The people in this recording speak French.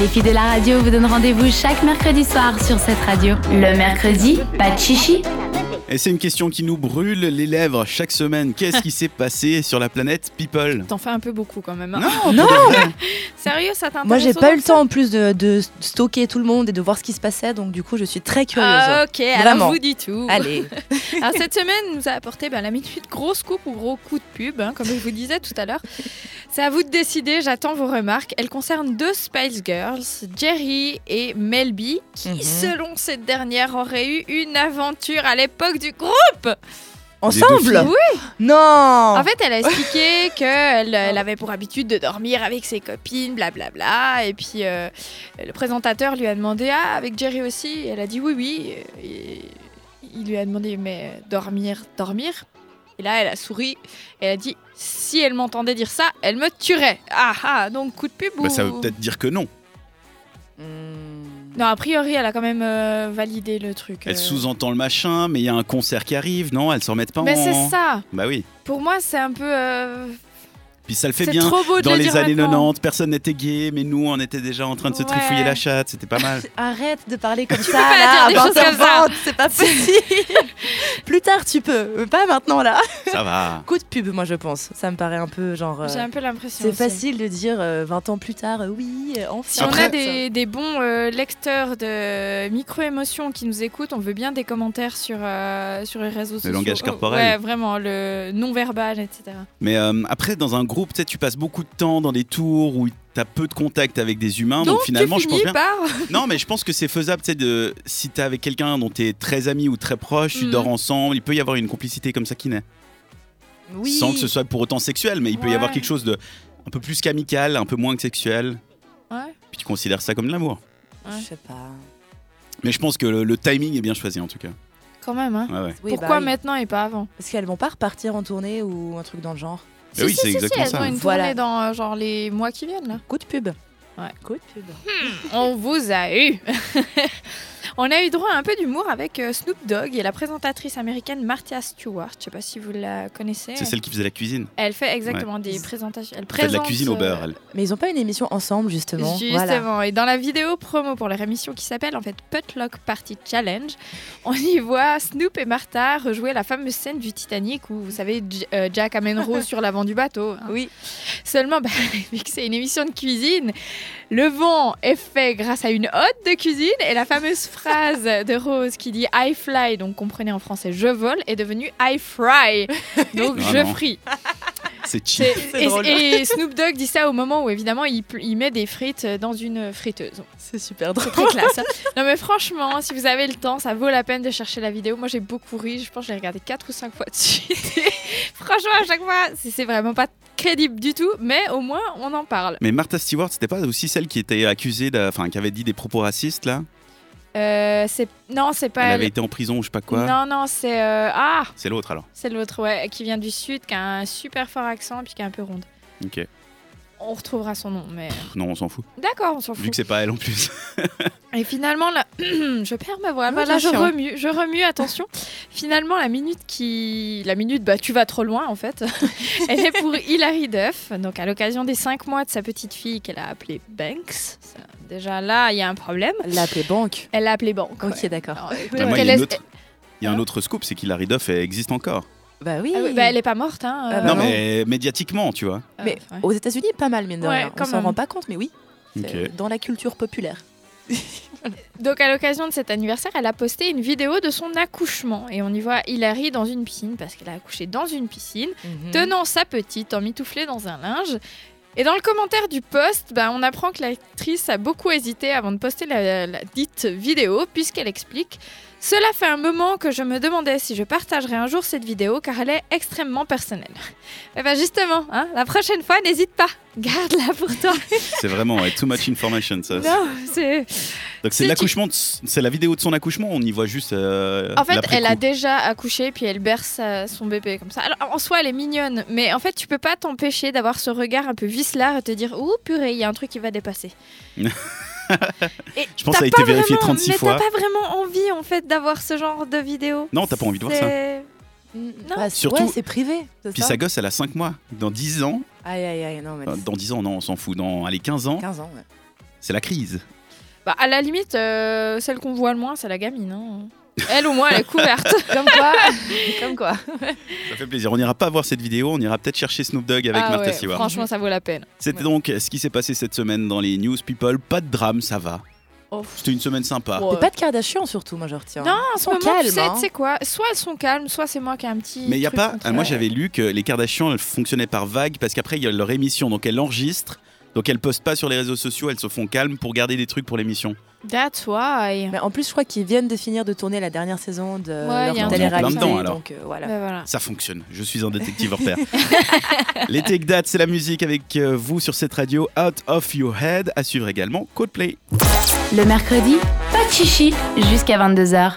Les filles de la radio vous donnent rendez-vous chaque mercredi soir sur cette radio. Le mercredi, pas de chichi, Et c'est une question qui nous brûle les lèvres chaque semaine. Qu'est-ce qui s'est passé sur la planète People T'en fais un peu beaucoup quand même. hein. Non, Non Sérieux, ça t'intéresse Moi, j'ai pas eu le autant temps en plus de, de stocker tout le monde et de voir ce qui se passait, donc du coup, je suis très curieuse. Ah, ok, Vraiment. alors vous dites tout. Allez, Alors cette semaine nous a apporté ben, la minute grosse coupe ou gros coup de pub, hein, comme je vous disais tout à l'heure. C'est à vous de décider, j'attends vos remarques. Elle concerne deux Spice Girls, Jerry et Melby, qui Mhm. selon cette dernière auraient eu une aventure à l'époque du groupe. ensemble filles. Oui Non En fait, elle a expliqué qu'elle elle avait pour habitude de dormir avec ses copines, blablabla. Et puis, euh, le présentateur lui a demandé Ah, avec Jerry aussi Et Elle a dit Oui, oui. Et il lui a demandé Mais euh, dormir, dormir Et là, elle a souri. Et elle a dit Si elle m'entendait dire ça, elle me tuerait. Ah, ah, donc coup de pub Bah, ça ou- veut peut-être dire que non. Hmm. Non, a priori, elle a quand même euh, validé le truc. euh. Elle sous-entend le machin, mais il y a un concert qui arrive, non Elles s'en mettent pas Mais en. c'est ça. Bah oui. Pour moi, c'est un peu. euh, Puis ça le fait C'est bien. trop beau de Dans le les dire années maintenant. 90, personne n'était gay, mais nous, on était déjà en train de se Ouais. trifouiller la chatte. C'était pas mal. Arrête de parler comme ça, pas dire là, des choses comme ça. 20h20, c'est pas possible Plus tard, tu peux, euh, pas maintenant, là ça va. Coup de pub, moi, je pense. Ça me paraît un peu, genre... euh, J'ai un peu l'impression. C'est aussi. facile de dire euh, 20 ans plus tard, euh, oui, euh, Si enfin... on a Après- des, des bons euh, lecteurs de micro-émotions qui nous écoutent, on veut bien des commentaires sur, euh, sur les réseaux sociaux. langage Oh, corporel. Ouais, vraiment, le non-verbal, etc. Mais euh, après, dans un groupe, tu sais, tu passes beaucoup de temps dans des tours où t'as peu de contact avec des humains. Donc, Ah, finalement, tu je finis pense bien. par... Non, mais je pense que c'est faisable, tu sais, de si t'es avec quelqu'un dont t'es très ami ou très proche, tu Mhm. dors ensemble, il peut y avoir une complicité comme ça qui naît. Oui. Sans que ce soit pour autant sexuel, mais il peut y Ouais. avoir quelque chose de un peu plus qu'amical, un peu moins que sexuel. Ouais. Puis tu considères ça comme de l'amour. Je sais pas... Mais je pense que le, le timing est bien choisi en tout cas. Quand même, hein. Ouais, ouais. Oui, Pourquoi bah oui. maintenant et pas avant Parce qu'elles vont pas repartir en tournée ou un truc dans le genre. Eh oui, c'est exactement elles ça. ont une Voilà. tournée dans euh, genre les mois qui viennent, là. Coup de pub. Ouais. Coup de pub. On vous a eu On a eu droit à un peu d'humour avec euh, Snoop Dogg et la présentatrice américaine Martha Stewart. Je sais pas si vous la connaissez. C'est celle qui faisait la cuisine. Elle fait exactement des présentations. Elle Elle fait présente de la cuisine au euh, beurre. elle. Mais ils ont pas une émission ensemble, justement. Justement, Voilà. et dans la vidéo promo pour leur émission qui s'appelle en fait Putlock Party Challenge, on y voit Snoop et Martha rejouer la fameuse scène du Titanic où vous savez J- euh, Jack amène Rose sur l'avant du bateau. hein. Oui. Seulement, bah, vu que c'est une émission de cuisine, le vent est fait grâce à une hotte de cuisine et la fameuse phrase de Rose qui dit I fly, donc comprenez en français je vole, est devenue I fry, donc je Vraiment. frie. C'est cheap. C'est- C'est drôle. et, et Snoop Dogg dit ça au moment où évidemment il, pl- il met des frites dans une friteuse. C'est super drôle. Très classe. hein. Non mais franchement, si vous avez le temps, ça vaut la peine de chercher la vidéo. Moi j'ai beaucoup ri, je pense que je l'ai regardé 4 ou 5 fois de suite. franchement, à chaque fois, c'est c'est vraiment pas crédible du tout, mais au moins on en parle. Mais Martha Stewart, c'était pas aussi celle qui était accusée, d'a- enfin, qui avait dit des propos racistes là Euh, c'est non, c'est pas Elle avait été en prison ou je sais pas quoi. Non non, c'est euh, ah, C'est l'autre alors. c'est l'autre ouais, qui vient du sud, qui a un super fort accent puis qui est un peu ronde. Ok. On retrouvera son nom, mais Pff, Non, on s'en fout. d'accord, on s'en fout. Vu que c'est pas elle en plus. Et finalement, la- je perds ma voix. Non, Voilà, je attention. remue, je remue, attention. finalement, la minute qui. La minute, bah, tu vas trop loin en fait. Elle est pour Hilary Duff, donc à l'occasion des 5 mois de sa petite fille qu'elle a appelée Banks. Ça, déjà là, il y a un problème. L'appeler banque. Elle l'a appelée Banks. Ok, Ah, ouais. Ah. d'accord. Alors, Bah, moi, qu'elle il y a Hein une est- autre- il y a un autre scoop, c'est qu'Hilary Duff elle existe encore. Bah oui. Ah oui, bah, elle est pas morte, hein. Ah euh, bah non, non. Ah, mais médiatiquement, tu vois. euh, Mais ouais. aux États-Unis, pas mal, mine de Ouais, rien. quand On s'en même. rend pas compte, mais oui. c'est Ok. Dans la culture populaire. Donc à l'occasion de cet anniversaire, elle a posté une vidéo de son accouchement. Et on y voit Hilary dans une piscine, parce qu'elle a accouché dans une piscine. Tenez- tenant sa petite en mitouflée dans un linge. Et dans le commentaire du post, bah, on apprend que l'actrice a beaucoup hésité avant de poster la, la dite vidéo, puisqu'elle explique Cela fait un moment que je me demandais si je partagerais un jour cette vidéo, car elle est extrêmement personnelle. Et bah justement, hein, la prochaine fois, n'hésite pas, garde-la pour toi. C'est vraiment ouais, too much information, ça. non, c'est. Donc c'est Si l'accouchement, de s- c'est la vidéo de son accouchement. On y voit juste. euh, En fait, elle a l'après-coup. déjà accouché, puis elle berce euh, son bébé comme ça. Alors, en soi, elle est mignonne, mais en fait, tu peux pas t'empêcher d'avoir ce regard un peu vicelard et te dire Ouh, purée, il y a un truc qui va dépasser. Et Je pense que ça a t'as été pas vérifié vraiment- 36 fois. Mais t'as pas vraiment envie, en fait, d'avoir ce genre de vidéo. Non, t'as pas envie de voir ça. C'est- Non. Bah, c'est- Surtout- ouais, c'est privé. c'est Puis ça sa gosse, elle a 5 mois. Dans 10 ans, Aïe, aïe, aïe, non, mais. euh, dans 10 ans, non, on s'en fout. Dans allez, 15 ans, 15 ans, ouais. C'est la crise. Bah, à la limite, euh, celle qu'on voit le moins, c'est la gamine. hein. Elle, au moins, elle est couverte. Comme quoi Comme quoi Ça fait plaisir. On n'ira pas voir cette vidéo, on ira peut-être chercher Snoop Dogg avec Ah Martha ouais, Stewart. franchement, ça vaut la peine. C'était donc ce qui s'est passé cette semaine dans les News People. Pas de drame, ça va. Oh. C'était une semaine sympa. Ouais. Mais pas de Kardashian surtout, moi je retiens. Non, en Ils ce sont moment, tu calmes, sais, hein. tu sais quoi Soit elles sont calmes, soit c'est moi qui ai un petit. Mais il n'y a truc pas. contre ah, moi, elles. j'avais lu que les Kardashians, elles fonctionnaient par vague parce qu'après, il y a leur émission. Donc, elles enregistrent. Donc, elles postent pas sur les réseaux sociaux. Elles se font calmes pour garder des trucs pour l'émission. That's why. Mais en plus, je crois qu'ils viennent de finir de tourner la dernière saison de Ouais, il y a un truc leur comme télé-réalité. ça. Plein dedans, Donc euh, voilà. Bah, voilà. Ça fonctionne. Je suis un détective hors terre. les Tech Dates, c'est la musique avec euh, vous sur cette radio. Out of your head. À suivre également Codeplay. Le mercredi, pas de chichi jusqu'à 22h.